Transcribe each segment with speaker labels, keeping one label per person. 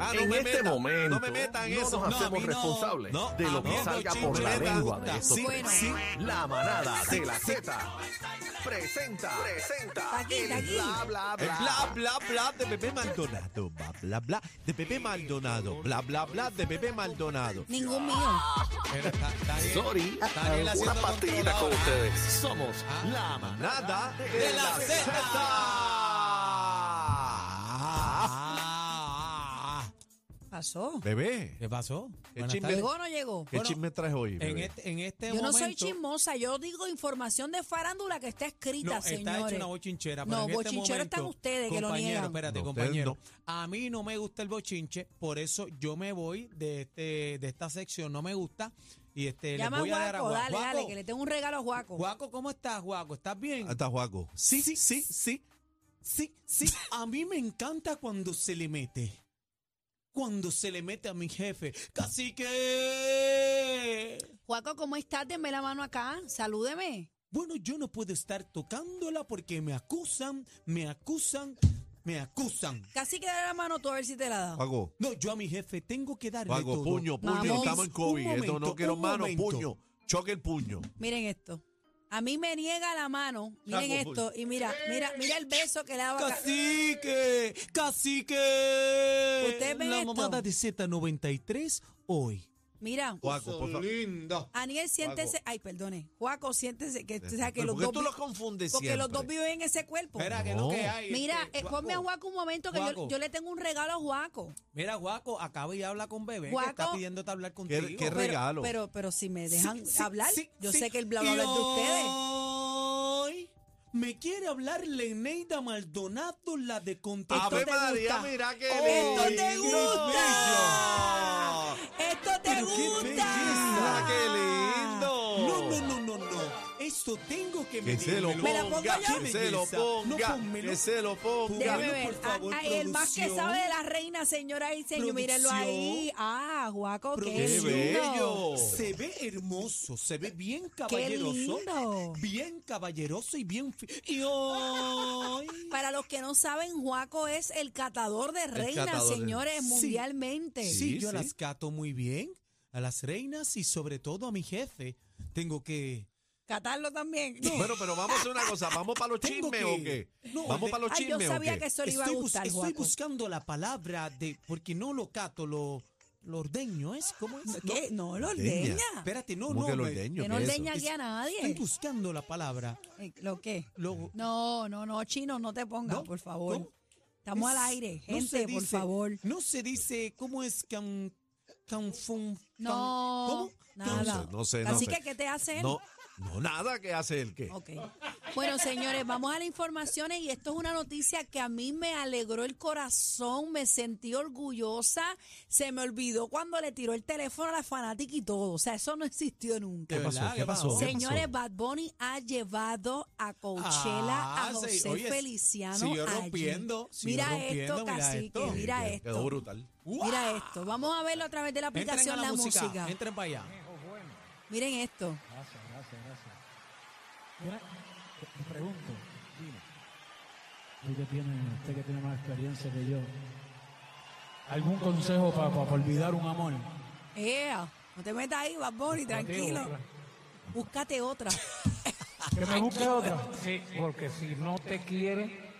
Speaker 1: Ah, no
Speaker 2: en
Speaker 1: me
Speaker 2: este
Speaker 1: metan,
Speaker 2: momento
Speaker 1: no me metan
Speaker 2: no
Speaker 1: eso.
Speaker 2: nos
Speaker 3: No, a
Speaker 2: hacemos
Speaker 3: mí no.
Speaker 2: responsables
Speaker 1: No,
Speaker 2: de
Speaker 1: a
Speaker 2: lo
Speaker 1: mí
Speaker 2: que
Speaker 1: no,
Speaker 2: salga
Speaker 1: chisme
Speaker 2: por la
Speaker 1: me da
Speaker 2: lengua
Speaker 1: gusta.
Speaker 2: de estos
Speaker 1: Sí,
Speaker 2: tres.
Speaker 1: sí.
Speaker 2: La manada de la Z presenta, presenta
Speaker 3: Aquí,
Speaker 2: el
Speaker 3: aquí.
Speaker 2: bla bla
Speaker 1: El
Speaker 2: bla.
Speaker 1: bla, bla, bla de Pepe Maldonado. Bla, bla, bla de Pepe Maldonado. Bla, bla, bla de Pepe Maldonado.
Speaker 3: Ningún mío.
Speaker 1: Pero está- está bien.
Speaker 2: Sorry,
Speaker 1: Está bien
Speaker 2: una
Speaker 1: haciendo
Speaker 2: partidita con
Speaker 1: controlado.
Speaker 2: ustedes. Somos
Speaker 1: Ah,
Speaker 2: la manada
Speaker 1: de la Z.
Speaker 2: Ah.
Speaker 3: Pasó.
Speaker 1: Bebé,
Speaker 4: ¿Qué pasó? Buenas
Speaker 1: chisme.
Speaker 4: tardes.
Speaker 3: ¿Llegó o no llegó?
Speaker 1: ¿qué
Speaker 4: Bueno,
Speaker 1: chisme traes hoy?
Speaker 4: En
Speaker 1: bebé?
Speaker 4: este, en este
Speaker 3: Yo no
Speaker 4: momento.
Speaker 3: soy chismosa, yo digo información de farándula que está escrita,
Speaker 4: No, está
Speaker 3: señores.
Speaker 4: hecho una bochinchera.
Speaker 3: No,
Speaker 4: pero en este
Speaker 3: bochinchero están
Speaker 4: momento,
Speaker 3: ustedes que lo
Speaker 4: compañero,
Speaker 3: niegan.
Speaker 4: Espérate,
Speaker 1: No, ustedes
Speaker 4: compañero. A mí no me gusta el bochinche, por eso yo me voy de este de esta sección, no me gusta. Y este,
Speaker 3: Llama
Speaker 4: les
Speaker 3: a
Speaker 4: voy a dar a
Speaker 3: Guaco, dale,
Speaker 4: Guaco.
Speaker 3: dale,
Speaker 4: Guaco,
Speaker 3: que le tengo un regalo a Guaco.
Speaker 4: Guaco, ¿cómo estás, Guaco? ¿Estás bien?
Speaker 1: Hasta Juaco.
Speaker 4: Sí, sí, sí, sí. Sí, sí. A mí me encanta cuando se le mete. Cuando se le mete a mi jefe. Casi que...
Speaker 3: Guaco, ¿cómo estás? Denme la mano acá, salúdeme.
Speaker 4: Bueno, yo no puedo estar tocándola porque me acusan, me acusan, me acusan.
Speaker 3: Casi que dale la mano tú a ver si te la da.
Speaker 1: Juaco,
Speaker 4: No, yo a mi jefe tengo que darle
Speaker 1: Juaco,
Speaker 4: todo.
Speaker 1: puño, puño.
Speaker 3: Vamos.
Speaker 1: Estamos en COVID.
Speaker 4: Un
Speaker 1: Esto no
Speaker 4: momento,
Speaker 1: quiero
Speaker 4: un
Speaker 1: mano,
Speaker 4: momento.
Speaker 1: puño. Choque el puño.
Speaker 3: Miren esto. A mí me niega la mano, miren
Speaker 1: Saco,
Speaker 3: esto, y mira, mira, mira el beso que le daba acá.
Speaker 4: Cacique, cacique.
Speaker 3: ¿Ustedes ven
Speaker 4: La
Speaker 3: esto?
Speaker 4: mamada de Z93 hoy.
Speaker 3: Mira,
Speaker 1: Juaco, por favor.
Speaker 4: Linda.
Speaker 3: Aniel, siéntese, ay, perdone. Guaco, siéntese, que, o sea, que
Speaker 1: Pero
Speaker 3: los
Speaker 1: ¿Por qué
Speaker 3: dos,
Speaker 1: tú
Speaker 3: vi-
Speaker 1: los confundes
Speaker 3: porque los dos
Speaker 1: siempre?
Speaker 3: viven en ese cuerpo.
Speaker 4: Mira, que
Speaker 1: No.
Speaker 4: lo que hay.
Speaker 3: Mira,
Speaker 4: este,
Speaker 3: eh, ponme a Guaco un momento que yo,
Speaker 4: Guaco.
Speaker 3: yo le tengo un regalo a Guaco.
Speaker 4: Mira, Guaco, acaba y habla con bebé
Speaker 3: Guaco.
Speaker 4: que está pidiéndote hablar contigo.
Speaker 1: qué re-
Speaker 3: Pero-
Speaker 1: regalo.
Speaker 3: Pero, pero, si me dejan
Speaker 4: Sí, sí,
Speaker 3: hablar,
Speaker 4: sí,
Speaker 3: yo
Speaker 4: sí.
Speaker 3: sé que el bla
Speaker 4: Y ¡Oh,
Speaker 3: bla bla es de ustedes.
Speaker 4: Hoy me quiere hablar Leneida Maldonado, la de contexto.
Speaker 1: Ave
Speaker 3: te
Speaker 1: María,
Speaker 3: gusta.
Speaker 1: mira qué
Speaker 3: ¡Esto te
Speaker 1: lindo.
Speaker 3: gusta! ¡Esto te
Speaker 4: Pero qué
Speaker 3: gusta!
Speaker 4: belleza,
Speaker 1: ¡Qué lindo!
Speaker 4: No, no, no, no, no. Esto tengo que
Speaker 1: Que se lo
Speaker 4: medírmelo.
Speaker 3: ¿Me la pongo
Speaker 1: ponga,
Speaker 3: yo?
Speaker 1: que se lo
Speaker 4: Belleza.
Speaker 1: ponga,
Speaker 4: No, pónmelo.
Speaker 1: que se lo ponga.
Speaker 3: Déjame
Speaker 4: Dígalo,
Speaker 3: ver.
Speaker 4: por favor,
Speaker 3: Ah, ah, el más que
Speaker 4: producción.
Speaker 3: sabe de la reina, señoras y señores, mírenlo ahí.
Speaker 4: Producción.
Speaker 3: Ah, Guaco, qué
Speaker 4: Producción.
Speaker 3: lindo.
Speaker 1: bello!
Speaker 4: Se ve hermoso, se ve bien
Speaker 3: ¡Qué
Speaker 4: caballeroso.
Speaker 3: lindo!
Speaker 4: Bien caballeroso y bien. fi- Y hoy.
Speaker 3: Para los que no saben, Guaco es el catador de reinas,
Speaker 1: catador de-
Speaker 3: señores,
Speaker 4: Sí.
Speaker 3: mundialmente.
Speaker 4: Sí,
Speaker 1: Sí,
Speaker 4: yo
Speaker 1: sí.
Speaker 4: las cato muy bien, a las reinas y sobre todo a mi jefe. Tengo que.
Speaker 3: Catarlo también.
Speaker 1: Bueno, pero vamos a hacer una cosa. ¿Vamos para los
Speaker 4: Tengo
Speaker 1: chismes
Speaker 4: que-
Speaker 1: o qué?
Speaker 4: No,
Speaker 1: ¿Vamos
Speaker 4: de-
Speaker 1: para los
Speaker 3: Ay, Ah, yo
Speaker 1: chismes o
Speaker 3: sabía
Speaker 1: qué?
Speaker 3: que eso le iba a
Speaker 4: Estoy, bus-
Speaker 3: gustar,
Speaker 4: estoy
Speaker 3: Guaco.
Speaker 4: buscando la palabra de. Porque no lo cato, lo, lo ordeño, ¿es? ¿Cómo es?
Speaker 3: ¿Qué? No, lo
Speaker 1: Ordeña.
Speaker 3: ordeña.
Speaker 4: No, espérate, no,
Speaker 1: ¿Cómo
Speaker 4: no.
Speaker 1: que lo
Speaker 4: me-
Speaker 1: ordeño?
Speaker 3: Que no
Speaker 1: ¿Qué es eso?
Speaker 3: ordeña aquí a
Speaker 4: Estoy
Speaker 3: nadie.
Speaker 4: buscando la palabra.
Speaker 3: Eh, ¿Lo qué?
Speaker 4: Lo,
Speaker 3: No, no, no, chino, no te pongas,
Speaker 4: No,
Speaker 3: por favor.
Speaker 4: no.
Speaker 3: Estamos
Speaker 4: es-
Speaker 3: al aire,
Speaker 4: no se
Speaker 3: gente, por
Speaker 4: dice-
Speaker 3: favor.
Speaker 4: No se dice cómo es can, canfun. can-
Speaker 3: No,
Speaker 4: ¿Cómo?
Speaker 3: nada.
Speaker 1: No sé, no sé, no
Speaker 3: Así
Speaker 1: sé.
Speaker 3: que, ¿qué te hace él?
Speaker 1: No, no, nada que hace el qué.
Speaker 3: Ok. Bueno, señores, vamos a las informaciones y esto es una noticia que a mí me alegró el corazón, me sentí orgullosa, se me olvidó cuando le tiró el teléfono a la fanática y todo, o sea, eso no existió nunca.
Speaker 4: ¿Qué pasó? ¿Qué pasó? ¿Qué
Speaker 3: Señores, Bad Bunny ha llevado a Coachella
Speaker 4: Ah,
Speaker 3: a
Speaker 4: sí,
Speaker 3: José
Speaker 4: oye,
Speaker 3: Feliciano.
Speaker 4: siguió
Speaker 3: allí.
Speaker 4: rompiendo, siguió
Speaker 3: mira
Speaker 4: rompiendo,
Speaker 3: esto,
Speaker 4: mira
Speaker 3: cacique,
Speaker 4: esto.
Speaker 3: mira
Speaker 1: Quedó- Quedó
Speaker 3: esto.
Speaker 1: brutal.
Speaker 3: Mira esto. Vamos a verlo a través de la
Speaker 4: Entren
Speaker 3: aplicación
Speaker 4: a
Speaker 3: la, música.
Speaker 4: Entren para allá.
Speaker 3: Miren esto.
Speaker 5: Gracias, gracias, gracias. Mira, te- te pregunto, dime. Usted que, tiene, usted que tiene más experiencia que yo, ¿algún consejo para olvidar un amor?
Speaker 3: Ea, no te metas ahí, Bad Bunny, tranquilo.
Speaker 5: otra.
Speaker 3: Búscate otra.
Speaker 5: Que me busque otra. Sí, porque si no te quiere,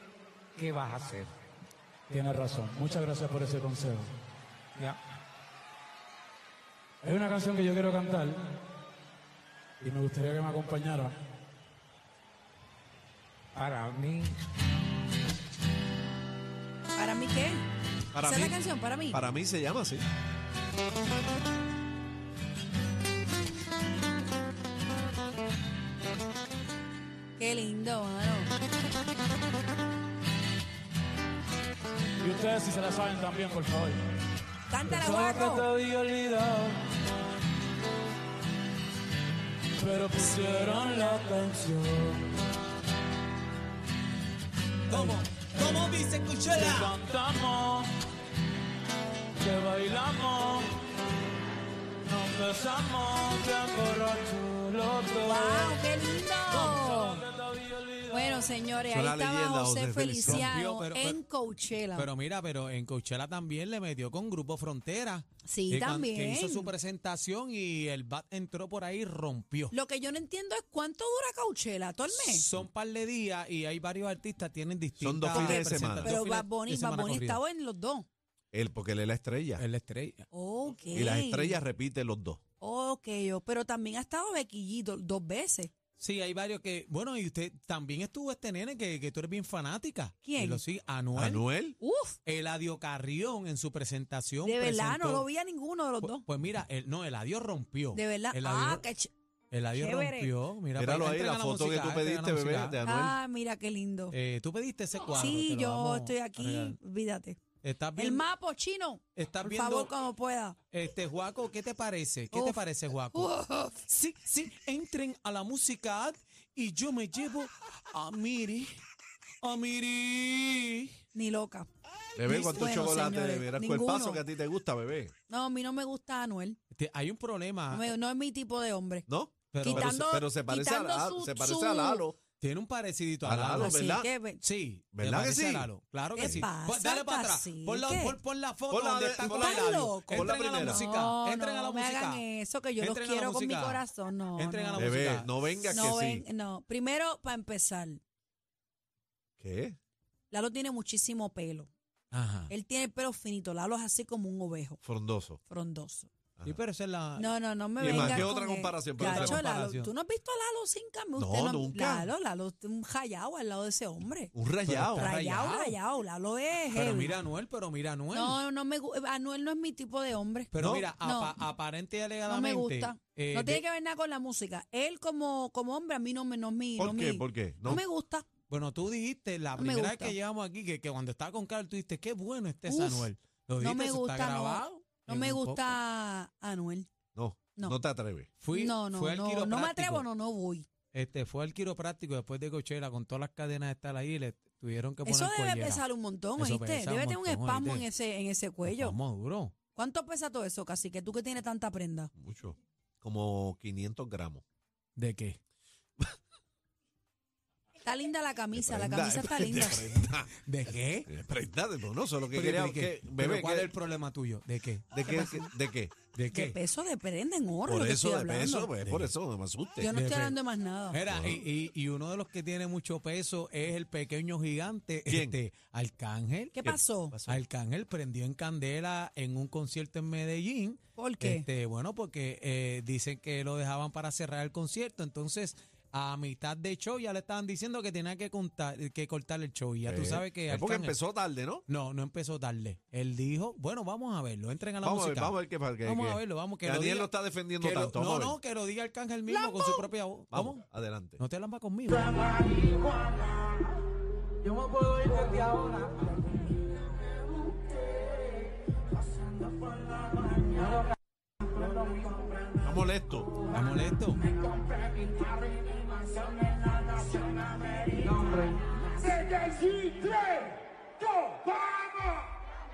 Speaker 5: ¿qué vas a hacer? Tienes razón. Muchas gracias por ese consejo. Ya. Hay una canción que yo quiero cantar y me gustaría que me acompañara. Para mí.
Speaker 3: ¿Para mí qué?
Speaker 1: Para
Speaker 3: Esa
Speaker 1: mí.
Speaker 3: es la canción, para mí.
Speaker 1: Para mí se llama así.
Speaker 3: Qué lindo, mano.
Speaker 5: Y ustedes si se la saben también, por favor.
Speaker 3: Cántala,
Speaker 5: Pensaba que te
Speaker 3: guaco.
Speaker 5: había olvidado, pero pusieron la canción.
Speaker 4: ¿Cómo? ¿Cómo dice
Speaker 5: Que
Speaker 4: Cuchela?
Speaker 5: cantamos, que bailamos, nos besamos, que borracho los dos.
Speaker 3: Wow, qué lindo.
Speaker 5: Pensaba que te había olvidado.
Speaker 3: Bueno, señores,
Speaker 1: Son
Speaker 3: ahí
Speaker 1: la
Speaker 3: estaba
Speaker 1: leyenda,
Speaker 3: José,
Speaker 1: José Feliciano.
Speaker 3: Feliciano
Speaker 4: Rompió, pero-
Speaker 3: en
Speaker 4: pero-
Speaker 3: Coachella.
Speaker 4: Pero mira, pero en Coachella también le metió con Grupo Frontera.
Speaker 3: Sí,
Speaker 4: que cuan-
Speaker 3: también.
Speaker 4: Que hizo su presentación y el bat entró por ahí y rompió.
Speaker 3: Lo que yo no entiendo es cuánto dura Coachella, todo el mes.
Speaker 4: Son par de días y hay varios artistas tienen distintas
Speaker 1: Son dos fines de semana.
Speaker 4: presentaciones.
Speaker 3: Pero
Speaker 4: Dos
Speaker 3: Bad
Speaker 4: fines
Speaker 3: Bunny,
Speaker 4: de
Speaker 3: Bad
Speaker 4: semana
Speaker 3: Bunny
Speaker 4: corrida.
Speaker 3: estaba en los dos.
Speaker 1: Él, porque él es la estrella.
Speaker 4: Es la estrella.
Speaker 3: Ok.
Speaker 1: Y las estrellas repiten los dos.
Speaker 3: Ok, oh, pero también ha estado Bequillito dos veces.
Speaker 4: Sí, hay varios que. Bueno, y usted también estuvo este nene que, que tú eres bien fanática.
Speaker 3: ¿Quién?
Speaker 4: Y lo sí, Anuel.
Speaker 1: Anuel,
Speaker 3: Uf,
Speaker 4: Eladio Carrión en su presentación.
Speaker 3: de verdad, no
Speaker 4: presentó-
Speaker 3: lo vi a ninguno de los
Speaker 4: Pues,
Speaker 3: dos.
Speaker 4: pues mira, el, no, Eladio rompió.
Speaker 3: De verdad.
Speaker 4: Eladio,
Speaker 3: Ah, qué ch-
Speaker 4: Eladio
Speaker 3: chévere.
Speaker 4: rompió. Mira,
Speaker 1: míralo
Speaker 4: pues,
Speaker 1: ahí, la
Speaker 4: entrega
Speaker 1: foto
Speaker 4: música,
Speaker 1: que tú
Speaker 4: entrega la
Speaker 1: pediste, bebé,
Speaker 4: música.
Speaker 1: de Anuel.
Speaker 3: ah, mira qué lindo.
Speaker 4: Eh, tú pediste ese cuadro.
Speaker 3: sí,
Speaker 4: te lo
Speaker 3: yo
Speaker 4: vamos
Speaker 3: estoy
Speaker 4: a
Speaker 3: aquí,
Speaker 4: regalar.
Speaker 3: olvídate.
Speaker 4: Estás
Speaker 3: El
Speaker 4: viendo,
Speaker 3: mapo chino.
Speaker 4: estás
Speaker 3: Por
Speaker 4: viendo
Speaker 3: favor, como pueda.
Speaker 4: este Juaco, ¿qué te parece? ¿Qué te
Speaker 3: Uf.
Speaker 4: parece, Juaco?
Speaker 3: Uf.
Speaker 4: Sí, sí, entren a la música ad y yo me llevo a Miri. A Miri.
Speaker 3: Ni loca.
Speaker 1: bebé, ¿cuánto
Speaker 3: Bueno,
Speaker 1: chocolate,
Speaker 3: señores,
Speaker 1: bebé? Era
Speaker 3: ninguno.
Speaker 1: el paso que a ti te gusta, bebé.
Speaker 3: No, a mí no me gusta Anuel.
Speaker 4: Te- hay un problema.
Speaker 3: No, me- no es mi tipo de hombre.
Speaker 1: ¿No? Pero,
Speaker 4: Pero-
Speaker 1: se-
Speaker 3: Quitando-
Speaker 1: pero se parece, a,
Speaker 3: quitando
Speaker 1: la-
Speaker 3: su-
Speaker 1: se parece
Speaker 3: su-
Speaker 1: a Lalo.
Speaker 4: Tiene un parecidito a
Speaker 1: Al
Speaker 4: Lalo.
Speaker 1: lado,
Speaker 3: Así
Speaker 1: ¿verdad?
Speaker 3: que, ve-
Speaker 4: Sí, te
Speaker 1: ¿Verdad que
Speaker 4: parece a
Speaker 1: sí?
Speaker 4: Lalo, Claro que
Speaker 3: ¿Qué
Speaker 4: sí.
Speaker 3: pasa,
Speaker 4: Pon- Dale para atrás. Pon la,
Speaker 3: cacique?
Speaker 4: pon- pon la foto
Speaker 1: Pon la
Speaker 4: donde
Speaker 1: de-
Speaker 4: está
Speaker 1: pon
Speaker 4: con
Speaker 1: la
Speaker 3: de-
Speaker 4: Eladio.
Speaker 3: loco.
Speaker 1: Pon la
Speaker 4: Entren a la
Speaker 1: primera.
Speaker 4: música.
Speaker 3: No,
Speaker 4: entren a la
Speaker 3: no, me
Speaker 4: música.
Speaker 3: hagan eso, que yo los
Speaker 4: Entren a la
Speaker 3: quiero con mi
Speaker 4: música.
Speaker 3: corazón, no,
Speaker 4: Entren a la
Speaker 3: no.
Speaker 4: música.
Speaker 1: Bebé, no venga
Speaker 3: No,
Speaker 1: que sí.
Speaker 3: ven- no. Primero, para empezar,
Speaker 1: ¿Qué?
Speaker 3: Lalo tiene muchísimo pelo.
Speaker 4: Ajá.
Speaker 3: Él tiene el pelo finito. Lalo es así como un ovejo,
Speaker 1: Frondoso.
Speaker 3: frondoso.
Speaker 4: Sí, pero esa es la.
Speaker 3: No, no, no me
Speaker 1: Y más,
Speaker 3: vengas
Speaker 1: ¿qué
Speaker 3: con
Speaker 1: otra
Speaker 3: él.
Speaker 1: comparación? Pero
Speaker 3: Gacho,
Speaker 1: otra
Speaker 3: Lalo,
Speaker 4: comparación.
Speaker 3: ¿tú no has visto a Lalo sin cambio?
Speaker 1: No,
Speaker 3: Usted
Speaker 1: nunca.
Speaker 3: Lalo, Lalo, usted un jayao al lado de ese hombre.
Speaker 1: Un rayado.
Speaker 4: Pero está-
Speaker 3: Rayao,
Speaker 4: rayao.
Speaker 3: rayao, Lalo es
Speaker 4: Pero
Speaker 3: heavy.
Speaker 4: mira a Anuel, pero mira a Anuel.
Speaker 3: No, no me gu- Anuel no es mi tipo de hombre.
Speaker 4: pero
Speaker 1: no,
Speaker 4: mira,
Speaker 3: no.
Speaker 4: apa- aparente y
Speaker 3: No
Speaker 4: alegadamente.
Speaker 3: me gusta.
Speaker 4: eh,
Speaker 3: no tiene
Speaker 4: de-
Speaker 3: que ver nada con la música. Él como, como hombre a mí no me no, es mi- no
Speaker 1: ¿Por
Speaker 3: es
Speaker 1: qué?
Speaker 3: mi-
Speaker 1: ¿Por qué?
Speaker 3: no
Speaker 1: No.
Speaker 3: me gusta.
Speaker 4: Bueno, tú dijiste la
Speaker 3: No me
Speaker 4: primera vez
Speaker 3: gusta.
Speaker 4: que llegamos aquí que, que cuando estaba con Carl, tú dijiste, qué bueno este es
Speaker 3: Uf,
Speaker 4: Anuel. Lo
Speaker 3: no
Speaker 4: dijiste,
Speaker 3: me
Speaker 4: eso
Speaker 3: gusta,
Speaker 4: está
Speaker 3: no.
Speaker 4: grabado.
Speaker 3: No
Speaker 4: en
Speaker 3: me
Speaker 4: un poco.
Speaker 3: gusta Anuel.
Speaker 1: No,
Speaker 3: No.
Speaker 1: no te atreves.
Speaker 4: Fui,
Speaker 3: no, no,
Speaker 4: fue al
Speaker 3: no. No me
Speaker 4: quiropráctico.
Speaker 3: atrevo, no, no voy.
Speaker 4: Este, fue al quiropráctico después de Coachella con todas las cadenas de estar ahí le tuvieron que poner
Speaker 3: Eso debe
Speaker 4: cuellera.
Speaker 3: pesar un montón,
Speaker 4: Eso
Speaker 3: ¿oíste?
Speaker 4: pesa un
Speaker 3: Debe tener un
Speaker 4: montón,
Speaker 3: espasmo en
Speaker 4: ¿oíste?
Speaker 3: ese, en ese cuello.
Speaker 4: Vamos Pues, duro.
Speaker 3: ¿Cuánto pesa todo eso, casi que tú que tienes tanta prenda?
Speaker 1: Mucho. Como 500 gramos.
Speaker 4: ¿De qué?
Speaker 3: Está linda la camisa, la
Speaker 1: Prenda,
Speaker 3: camisa está
Speaker 1: de
Speaker 3: linda.
Speaker 1: prenda,
Speaker 4: ¿De qué?
Speaker 1: de prenda, de no, solo que
Speaker 4: Pero,
Speaker 1: quería
Speaker 4: ¿y qué?
Speaker 1: que,
Speaker 4: ¿Pero
Speaker 1: bebé,
Speaker 4: ¿cuál
Speaker 1: que-
Speaker 4: es el problema tuyo? ¿De qué?
Speaker 1: ¿de qué? ¿De qué?
Speaker 4: ¿De
Speaker 3: De
Speaker 4: qué?
Speaker 3: peso de prenda en oro. lo
Speaker 1: Por
Speaker 3: que
Speaker 1: eso,
Speaker 3: estoy
Speaker 1: de
Speaker 3: hablando.
Speaker 1: peso, pues, por eso, no me asustes.
Speaker 3: Yo no
Speaker 4: este, De
Speaker 3: estoy
Speaker 4: pe-
Speaker 3: hablando de más nada.
Speaker 4: Mira, y, y- y uno de los que tiene mucho peso es el pequeño gigante,
Speaker 1: ¿Quién?
Speaker 4: este, Arcángel.
Speaker 3: ¿Qué pasó?
Speaker 4: Arcángel prendió en candela en un concierto en Medellín.
Speaker 3: ¿Por qué?
Speaker 4: Este, bueno, porque eh, dicen que lo dejaban para cerrar el concierto, entonces a mitad de show ya le estaban diciendo que tenía que contar, que cortar el show. Y ya tú
Speaker 1: Eh,
Speaker 4: sabes que
Speaker 1: es porque
Speaker 4: Arcángel-
Speaker 1: empezó tarde, ¿no?
Speaker 4: No, no empezó tarde. Él dijo, bueno, vamos a verlo, entren a la
Speaker 1: Vamos a ver,
Speaker 4: música.
Speaker 1: vamos a ver qué pasa. que-
Speaker 4: Vamos a
Speaker 1: que-
Speaker 4: verlo, vamos que lo
Speaker 1: Daniel
Speaker 4: diga-
Speaker 1: lo está defendiendo
Speaker 4: que lo-
Speaker 1: tanto.
Speaker 4: no,
Speaker 1: vamos a ver.
Speaker 4: no, que lo diga Arcángel mismo con su propia voz.
Speaker 1: Vamos,
Speaker 4: ¿Cómo?
Speaker 1: adelante.
Speaker 4: No te lamba conmigo.
Speaker 6: Yo me puedo ir desde ahora.
Speaker 1: Está molesto.
Speaker 4: ¿Está molesto?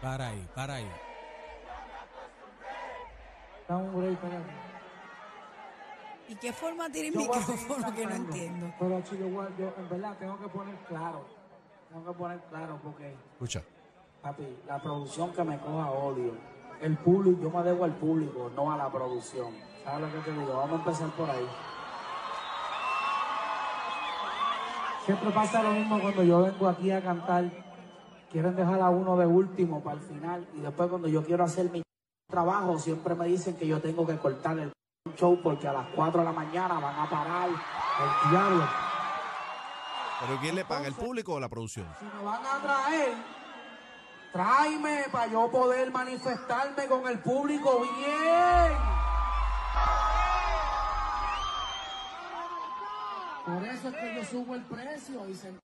Speaker 4: Para ahí, para ahí.
Speaker 6: Dame un break para acá.
Speaker 3: ¿Y qué forma tiene el
Speaker 6: Yo voy a seguir
Speaker 3: micrófono que no
Speaker 6: cantando,
Speaker 3: entiendo?
Speaker 6: Pero si yo, voy- yo, en verdad tengo que poner claro. Tengo que poner claro porque,
Speaker 1: Escucha.
Speaker 6: papi, la producción que me coja odio. El público, yo me debo al público, no a la producción. ¿Sabes lo que te digo? Vamos a empezar por ahí. Siempre pasa lo mismo cuando yo vengo aquí a cantar. Quieren dejar a uno de último para el final. Y después cuando yo quiero hacer mi trabajo, siempre me dicen que yo tengo que cortar el show porque a las 4 de la mañana van a parar el diablo.
Speaker 1: ¿Pero quién le paga, el público o la producción?
Speaker 6: Si me van a traer, tráeme para yo poder manifestarme con el público bien. Por eso es que yo subo el precio y se...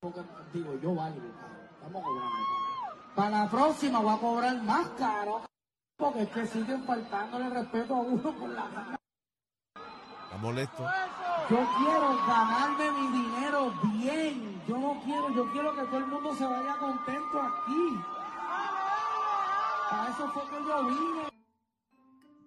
Speaker 6: Porque, digo, yo valgo, cabrón. estamos cobrando. cabrón. Para la próxima voy a cobrar más caro, porque es que siguen faltándole respeto a uno por la cara.
Speaker 1: Está molesto.
Speaker 6: Yo quiero ganarme mi dinero bien. Yo no quiero, yo quiero que todo el mundo se vaya contento aquí. Para eso fue que yo vine.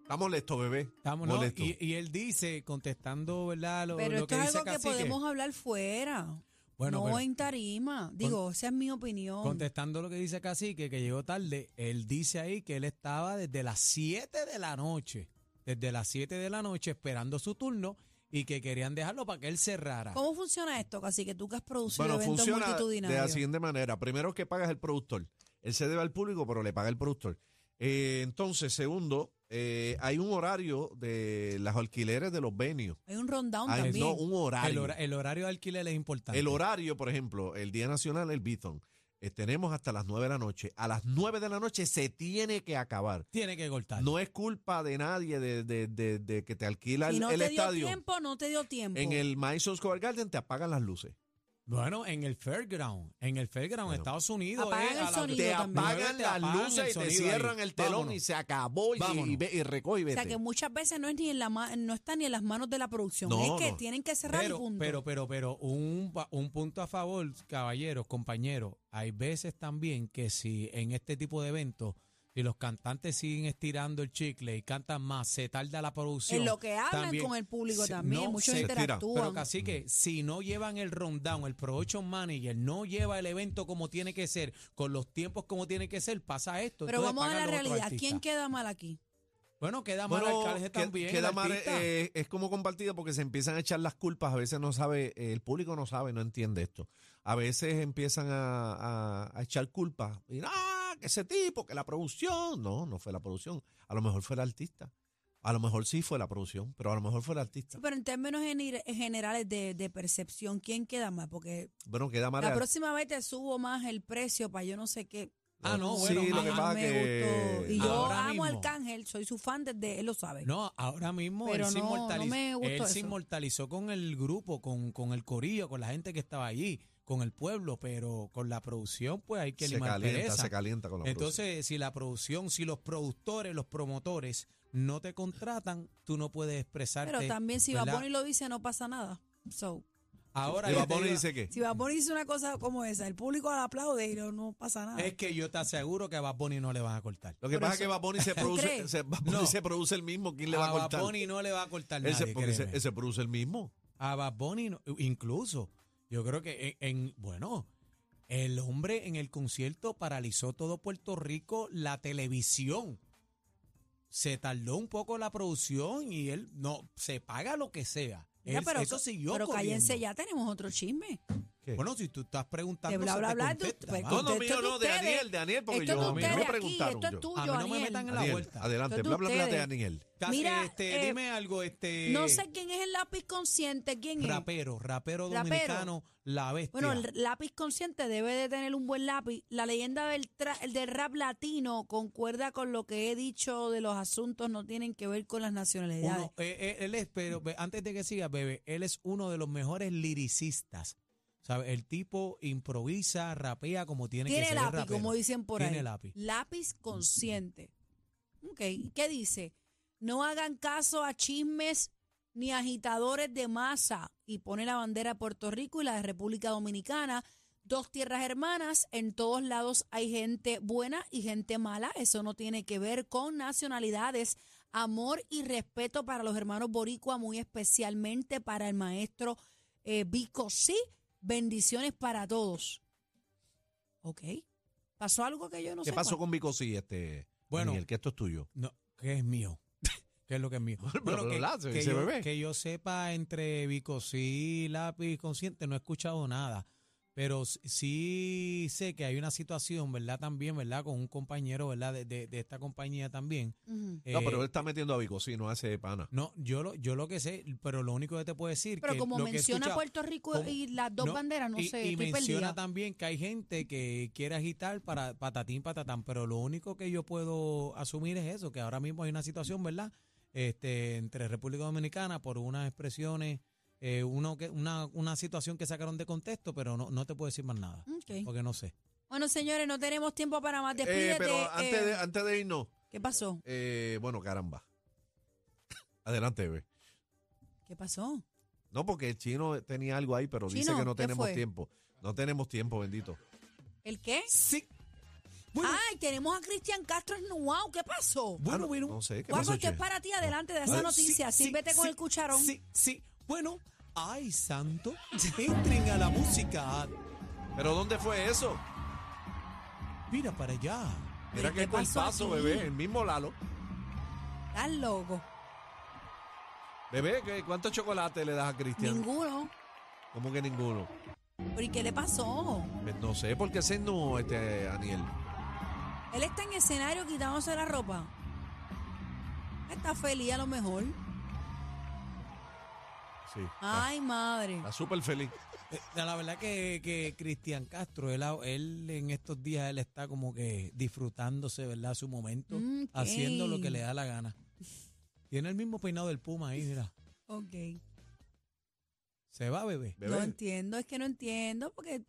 Speaker 1: Está molesto, bebé.
Speaker 4: Estamos, ¿no?
Speaker 1: molesto.
Speaker 4: y, y él dice, contestando, ¿verdad? Lo,
Speaker 3: Pero
Speaker 4: lo
Speaker 3: esto
Speaker 4: que
Speaker 3: es
Speaker 4: dice
Speaker 3: algo que
Speaker 4: Cacique.
Speaker 3: podemos hablar fuera.
Speaker 4: Bueno,
Speaker 3: no
Speaker 4: pero-
Speaker 3: en tarima. Digo, esa es mi opinión.
Speaker 4: Contestando lo que dice Cacique, que llegó tarde, él dice ahí que él estaba desde las 7 de la noche, desde las 7 de la noche esperando su turno y que querían dejarlo para que él cerrara.
Speaker 3: ¿Cómo funciona esto, Casi que tú que has producido
Speaker 1: Bueno,
Speaker 3: eventos
Speaker 1: funciona de la
Speaker 3: multitudinarios?
Speaker 1: siguiente manera. Primero que pagas el productor. Él se debe al público, pero le paga el productor. Eh, entonces, segundo, eh, hay un horario de las alquileres de los venios.
Speaker 3: Hay un rundown
Speaker 1: Hay-
Speaker 3: también. eh,
Speaker 1: no, un horario.
Speaker 4: El, hora- el horario de alquiler es importante.
Speaker 1: El horario, por ejemplo, el Día Nacional, el Bithon, eh, tenemos hasta las 9 de la noche. A las 9 de la noche se tiene que acabar.
Speaker 4: Tiene que cortar.
Speaker 1: No es culpa de nadie de, de- de- de que te alquila
Speaker 3: Si
Speaker 1: el,
Speaker 3: no
Speaker 1: el
Speaker 3: te dio
Speaker 1: estadio.
Speaker 3: tiempo, no te dio tiempo.
Speaker 1: En el Madison Square Garden te apagan las luces.
Speaker 4: Bueno, en el fairground, en el fairground,
Speaker 1: Bueno.
Speaker 4: Estados Unidos.
Speaker 3: Apagan
Speaker 4: es
Speaker 3: el
Speaker 4: a las-
Speaker 3: sonido Y
Speaker 1: Te
Speaker 3: yo también.
Speaker 1: apagan
Speaker 4: Te
Speaker 1: las
Speaker 4: apagan el
Speaker 1: luces y te
Speaker 4: sonido
Speaker 1: cierran
Speaker 4: ahí.
Speaker 1: el telón y
Speaker 4: Vámonos.
Speaker 1: se acabó y, y,
Speaker 4: Vámonos.
Speaker 1: ve- y recoge y
Speaker 3: o sea
Speaker 1: vete.
Speaker 3: que muchas veces no es ni en la ma- no está ni en las manos de la producción,
Speaker 1: No,
Speaker 3: es que
Speaker 1: no.
Speaker 3: tienen que cerrar el
Speaker 4: Pero,
Speaker 3: punto.
Speaker 4: pero, pero, pero, un, pa- un punto a favor, caballeros, compañeros. Hay veces también que si en este tipo de eventos, si los cantantes siguen estirando el chicle y cantan más, se tarda la producción.
Speaker 3: en lo que hablan
Speaker 4: también
Speaker 3: con el público
Speaker 4: se-
Speaker 3: también,
Speaker 4: no,
Speaker 3: muchos
Speaker 4: se estira.
Speaker 3: interactúan.
Speaker 4: Pero casi que si no llevan el rundown, el production manager no lleva el evento como tiene que ser, con los tiempos como tiene que ser, pasa esto.
Speaker 3: Pero
Speaker 4: entonces
Speaker 3: vamos a
Speaker 4: pagan
Speaker 3: la
Speaker 4: los otros
Speaker 3: realidad, ¿quién
Speaker 4: artistas.
Speaker 3: queda mal aquí?
Speaker 4: Bueno, queda mal
Speaker 1: Bueno,
Speaker 4: alcalde
Speaker 1: que-
Speaker 4: también.
Speaker 1: queda
Speaker 4: el
Speaker 1: mal,
Speaker 4: artista.
Speaker 1: eh, es como compartido porque se empiezan a echar las culpas. A veces no sabe, eh, el público no sabe, no entiende esto. A veces empiezan a, a- a echar culpas. Y, ah, que ese tipo, que la producción. No, no fue la producción. A lo mejor fue el artista. A lo mejor sí fue la producción, pero a lo mejor fue el artista.
Speaker 3: Sí, pero en términos gener- generales de, de percepción, ¿quién queda mal? Porque
Speaker 1: Bueno, queda mal.
Speaker 3: la
Speaker 1: el-
Speaker 3: próxima vez te subo más el precio para yo no sé qué.
Speaker 4: Ah, no,
Speaker 1: Sí,
Speaker 4: bueno,
Speaker 1: lo que
Speaker 4: ah,
Speaker 1: pasa
Speaker 3: me
Speaker 1: que-
Speaker 3: gustó. Y yo
Speaker 4: Ahora
Speaker 3: amo al
Speaker 4: mismo.
Speaker 3: Cángel, soy su fan desde él lo sabe.
Speaker 4: No, ahora mismo
Speaker 3: Pero
Speaker 4: él, se,
Speaker 3: no, no
Speaker 4: inmortalizó,
Speaker 3: me gustó
Speaker 4: él se
Speaker 3: eso.
Speaker 4: inmortalizó con el grupo, con, con el corillo, con la gente que estaba allí, con el pueblo, pero con la producción, pues hay que
Speaker 1: se
Speaker 4: limar
Speaker 1: calienta,
Speaker 4: pereza.
Speaker 1: se calienta con la producción.
Speaker 4: Entonces, si la producción, si los productores, los promotores no te contratan, tú no puedes expresarte.
Speaker 3: Pero también si
Speaker 4: ¿verdad?
Speaker 3: Bad Bunny lo dice, no pasa nada. So,
Speaker 4: Ahora
Speaker 1: Y
Speaker 4: yo
Speaker 1: Bad
Speaker 4: te
Speaker 1: Bunny
Speaker 4: digo-
Speaker 1: dice que.
Speaker 3: si Bad Bunny dice una cosa como esa, el público la aplaude y no, no pasa nada.
Speaker 4: es que yo te aseguro que a Bad Bunny no le van a cortar.
Speaker 1: Lo que
Speaker 3: Por
Speaker 1: pasa es
Speaker 3: eso-
Speaker 1: que Bad Bunny se produce,
Speaker 3: crees?
Speaker 1: se, Bad Bunny
Speaker 4: No.
Speaker 1: se produce el mismo. ¿Quién le va a
Speaker 4: Bad
Speaker 1: cortar?
Speaker 4: Bunny no le va a cortar
Speaker 1: Él se-
Speaker 4: nadie,
Speaker 1: porque se,
Speaker 4: créeme.
Speaker 1: él se produce el mismo.
Speaker 4: a Bad Bunny, no- incluso. Yo creo que en, en- bueno, el hombre en el concierto paralizó todo Puerto Rico, la televisión. Se tardó un poco la producción y él no se paga lo que sea.
Speaker 3: Mira,
Speaker 4: Él- eso siguió
Speaker 3: Pero
Speaker 4: corriendo.
Speaker 3: cállense ya, tenemos otro chisme.
Speaker 1: ¿Qué?
Speaker 4: Bueno, si tú estás preguntando,
Speaker 3: De bla,
Speaker 4: se
Speaker 3: bla,
Speaker 4: te
Speaker 3: bla, tú-
Speaker 4: contesta,
Speaker 3: pues,
Speaker 4: mano.
Speaker 1: No, no,
Speaker 3: Esto es
Speaker 1: mío,
Speaker 3: de
Speaker 1: no, de
Speaker 3: ustedes.
Speaker 1: Daniel, de Daniel, porque yo
Speaker 3: esto es de
Speaker 1: a mí no
Speaker 3: ustedes
Speaker 1: me
Speaker 3: aquí,
Speaker 1: preguntaron.
Speaker 3: esto es
Speaker 1: yo.
Speaker 3: tuyo,
Speaker 4: a mí no me
Speaker 3: Daniel.
Speaker 4: metan en la
Speaker 1: Daniel,
Speaker 4: vuelta.
Speaker 1: Adelante,
Speaker 3: Esto es
Speaker 1: bla,
Speaker 3: de
Speaker 1: bla, bla de
Speaker 3: ustedes.
Speaker 1: Daniel.
Speaker 4: Casi,
Speaker 3: Mira,
Speaker 4: este,
Speaker 3: eh,
Speaker 4: dime algo, este
Speaker 3: No sé quién es el lápiz consciente, quién es.
Speaker 4: rapero, rapero,
Speaker 3: Rapero.
Speaker 4: dominicano, la bestia.
Speaker 3: Bueno, el lápiz consciente debe de tener un buen lápiz. La leyenda del, tra- el del rap latino concuerda con lo que he dicho de los asuntos no tienen que ver con las nacionalidades.
Speaker 4: Uno, eh, eh, él es, pero ve, antes de que siga, bebé, él es uno de los mejores liricistas. ¿Sabe? El tipo improvisa, rapea como tiene, que
Speaker 3: Tiene
Speaker 4: ser.
Speaker 3: lápiz,
Speaker 4: rapero.
Speaker 3: como dicen por
Speaker 4: Tiene
Speaker 3: ahí.
Speaker 4: lápiz.
Speaker 3: consciente. Ok, ¿y ¿qué dice? No hagan caso a chismes ni agitadores de masa. Y pone la bandera de Puerto Rico y la de República Dominicana. Dos tierras hermanas, en todos lados hay gente buena y gente mala. Eso no tiene que ver con nacionalidades. Amor y respeto para los hermanos boricua, muy especialmente para el maestro eh, Vico. Sí, bendiciones para todos. Ok. ¿Pasó algo que yo no
Speaker 1: ¿Qué
Speaker 3: sé?
Speaker 1: pasó con Bicosí, este,
Speaker 4: Bueno.
Speaker 1: Daniel, que esto es tuyo?
Speaker 4: No, que es mío. ¿Qué es lo que es mío?
Speaker 1: pero
Speaker 4: que,
Speaker 1: Lazo,
Speaker 4: que
Speaker 1: ese
Speaker 4: yo,
Speaker 1: bebé.
Speaker 4: que yo sepa, entre Bicosí y Lápiz Consciente, no he escuchado nada. Pero s- sí sé que hay una situación, ¿verdad? También, ¿verdad? Con un compañero, ¿verdad? De, de- de esta compañía también.
Speaker 3: Ujú.
Speaker 1: no,
Speaker 4: Eh,
Speaker 1: pero él está metiendo a Bicosí, no hace pana.
Speaker 4: no, yo lo, yo lo que sé, pero lo único que te puedo decir
Speaker 3: Pero
Speaker 4: que
Speaker 3: como
Speaker 4: lo que he
Speaker 3: menciona pues,
Speaker 4: escuchado-
Speaker 3: Puerto Rico
Speaker 4: ¿Cómo?
Speaker 3: y las dos
Speaker 4: No,
Speaker 3: banderas, no
Speaker 4: y,
Speaker 3: sé,
Speaker 4: y
Speaker 3: estoy
Speaker 4: menciona
Speaker 3: perdida.
Speaker 4: también que hay gente que quiere agitar para patatín, patatán, pero lo único que yo puedo asumir es eso, que ahora mismo hay una situación, ¿verdad? Este, entre República Dominicana por unas expresiones, eh, uno que, una, una situación que sacaron de contexto, pero no, no te puedo decir más nada,
Speaker 3: Ok.
Speaker 4: porque no sé.
Speaker 3: Bueno, señores, no tenemos tiempo para más. Despídete.
Speaker 1: Eh, pero antes,
Speaker 3: eh,
Speaker 1: de, antes de irnos,
Speaker 3: ¿Qué pasó?
Speaker 1: eh, bueno, caramba. Adelante, bebé.
Speaker 3: ¿Qué pasó?
Speaker 1: No, porque el chino tenía algo ahí, pero dice
Speaker 3: Chino,
Speaker 1: que no
Speaker 3: ¿qué
Speaker 1: tenemos
Speaker 3: fue?
Speaker 1: tiempo. No tenemos tiempo, bendito.
Speaker 3: ¿El qué?
Speaker 4: Sí. Bueno,
Speaker 3: Ay, tenemos a Cristian Castro Wow, ¿Qué pasó?
Speaker 4: bueno,
Speaker 1: Ah, no,
Speaker 4: bueno.
Speaker 1: no sé, ¿qué
Speaker 3: Guaco,
Speaker 1: pasó,
Speaker 3: que es
Speaker 1: che?
Speaker 3: para ti adelante de esa
Speaker 4: Bueno,
Speaker 3: noticia.
Speaker 4: Ah, sí,
Speaker 3: Sí,
Speaker 4: sí,
Speaker 3: vete con
Speaker 4: sí,
Speaker 3: el cucharón.
Speaker 4: Sí, sí. Bueno, ay santo, entren a la música,
Speaker 1: ¿Pero dónde fue eso?
Speaker 4: mira para allá.
Speaker 1: Mira
Speaker 3: ¿Qué
Speaker 1: qué
Speaker 3: pasó
Speaker 1: paso,
Speaker 3: aquí?
Speaker 1: bebé. El mismo Lalo.
Speaker 3: Estás loco.
Speaker 1: Bebé, ¿qué- ¿cuántos chocolates le das a Cristian?
Speaker 3: Ninguno.
Speaker 1: ¿Cómo que ninguno?
Speaker 3: ¿Pero y qué le pasó?
Speaker 1: Pues no sé por qué se no este Aniel.
Speaker 3: Él está en escenario quitándose la ropa. Está feliz a lo mejor.
Speaker 1: Sí. está-
Speaker 3: Ay, madre.
Speaker 4: Ah,
Speaker 1: Está súper feliz.
Speaker 4: Eh, La verdad que, que Cristian Castro, él, ha- él en estos días él está como que disfrutándose, ¿verdad? Su momento,
Speaker 3: Mm,
Speaker 4: haciendo lo que
Speaker 3: ok.
Speaker 4: le da la gana. Tiene el mismo peinado del Puma ahí, mira.
Speaker 3: Ok.
Speaker 4: Se va, bebé.
Speaker 1: Bebé.
Speaker 3: No entiendo, es que no entiendo porque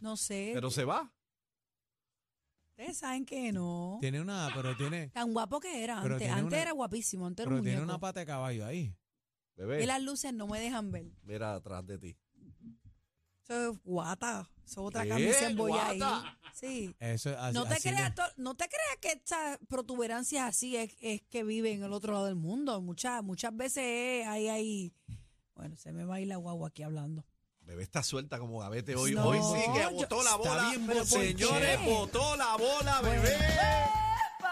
Speaker 3: no sé.
Speaker 1: Pero se va.
Speaker 3: Ustedes saben que no.
Speaker 4: Tiene una, pero tiene,
Speaker 3: Tan guapo que era
Speaker 4: Pero
Speaker 3: antes.
Speaker 4: tiene
Speaker 3: Antes
Speaker 4: una-
Speaker 3: era guapísimo, antes era
Speaker 4: pero
Speaker 3: un
Speaker 4: tiene
Speaker 3: muñeco.
Speaker 4: una pata de caballo ahí.
Speaker 3: Y
Speaker 1: Bebé,
Speaker 3: las luces no me dejan ver.
Speaker 1: mira atrás de ti.
Speaker 3: Eso es guata. Eso es otra
Speaker 1: ¿Qué?
Speaker 3: camisa en boya ahí.
Speaker 1: ¿Guata?
Speaker 3: Sí.
Speaker 4: Eso es así-
Speaker 3: No te,
Speaker 4: así
Speaker 3: creas,
Speaker 4: no-
Speaker 3: to- no te creas que estas protuberancias así es, es que vive en el otro lado del mundo. Muchas, muchas veces es ahí, ahí. Bueno, se me va a ir la guagua aquí hablando.
Speaker 1: Bebé está suelta como gavete hoy.
Speaker 3: No,
Speaker 1: hoy sí que
Speaker 3: yo-
Speaker 1: botó la
Speaker 4: Está
Speaker 1: bola.
Speaker 4: bien
Speaker 1: Pero ¿por
Speaker 4: bochinchera.
Speaker 1: Señores, botó la bola, bebé.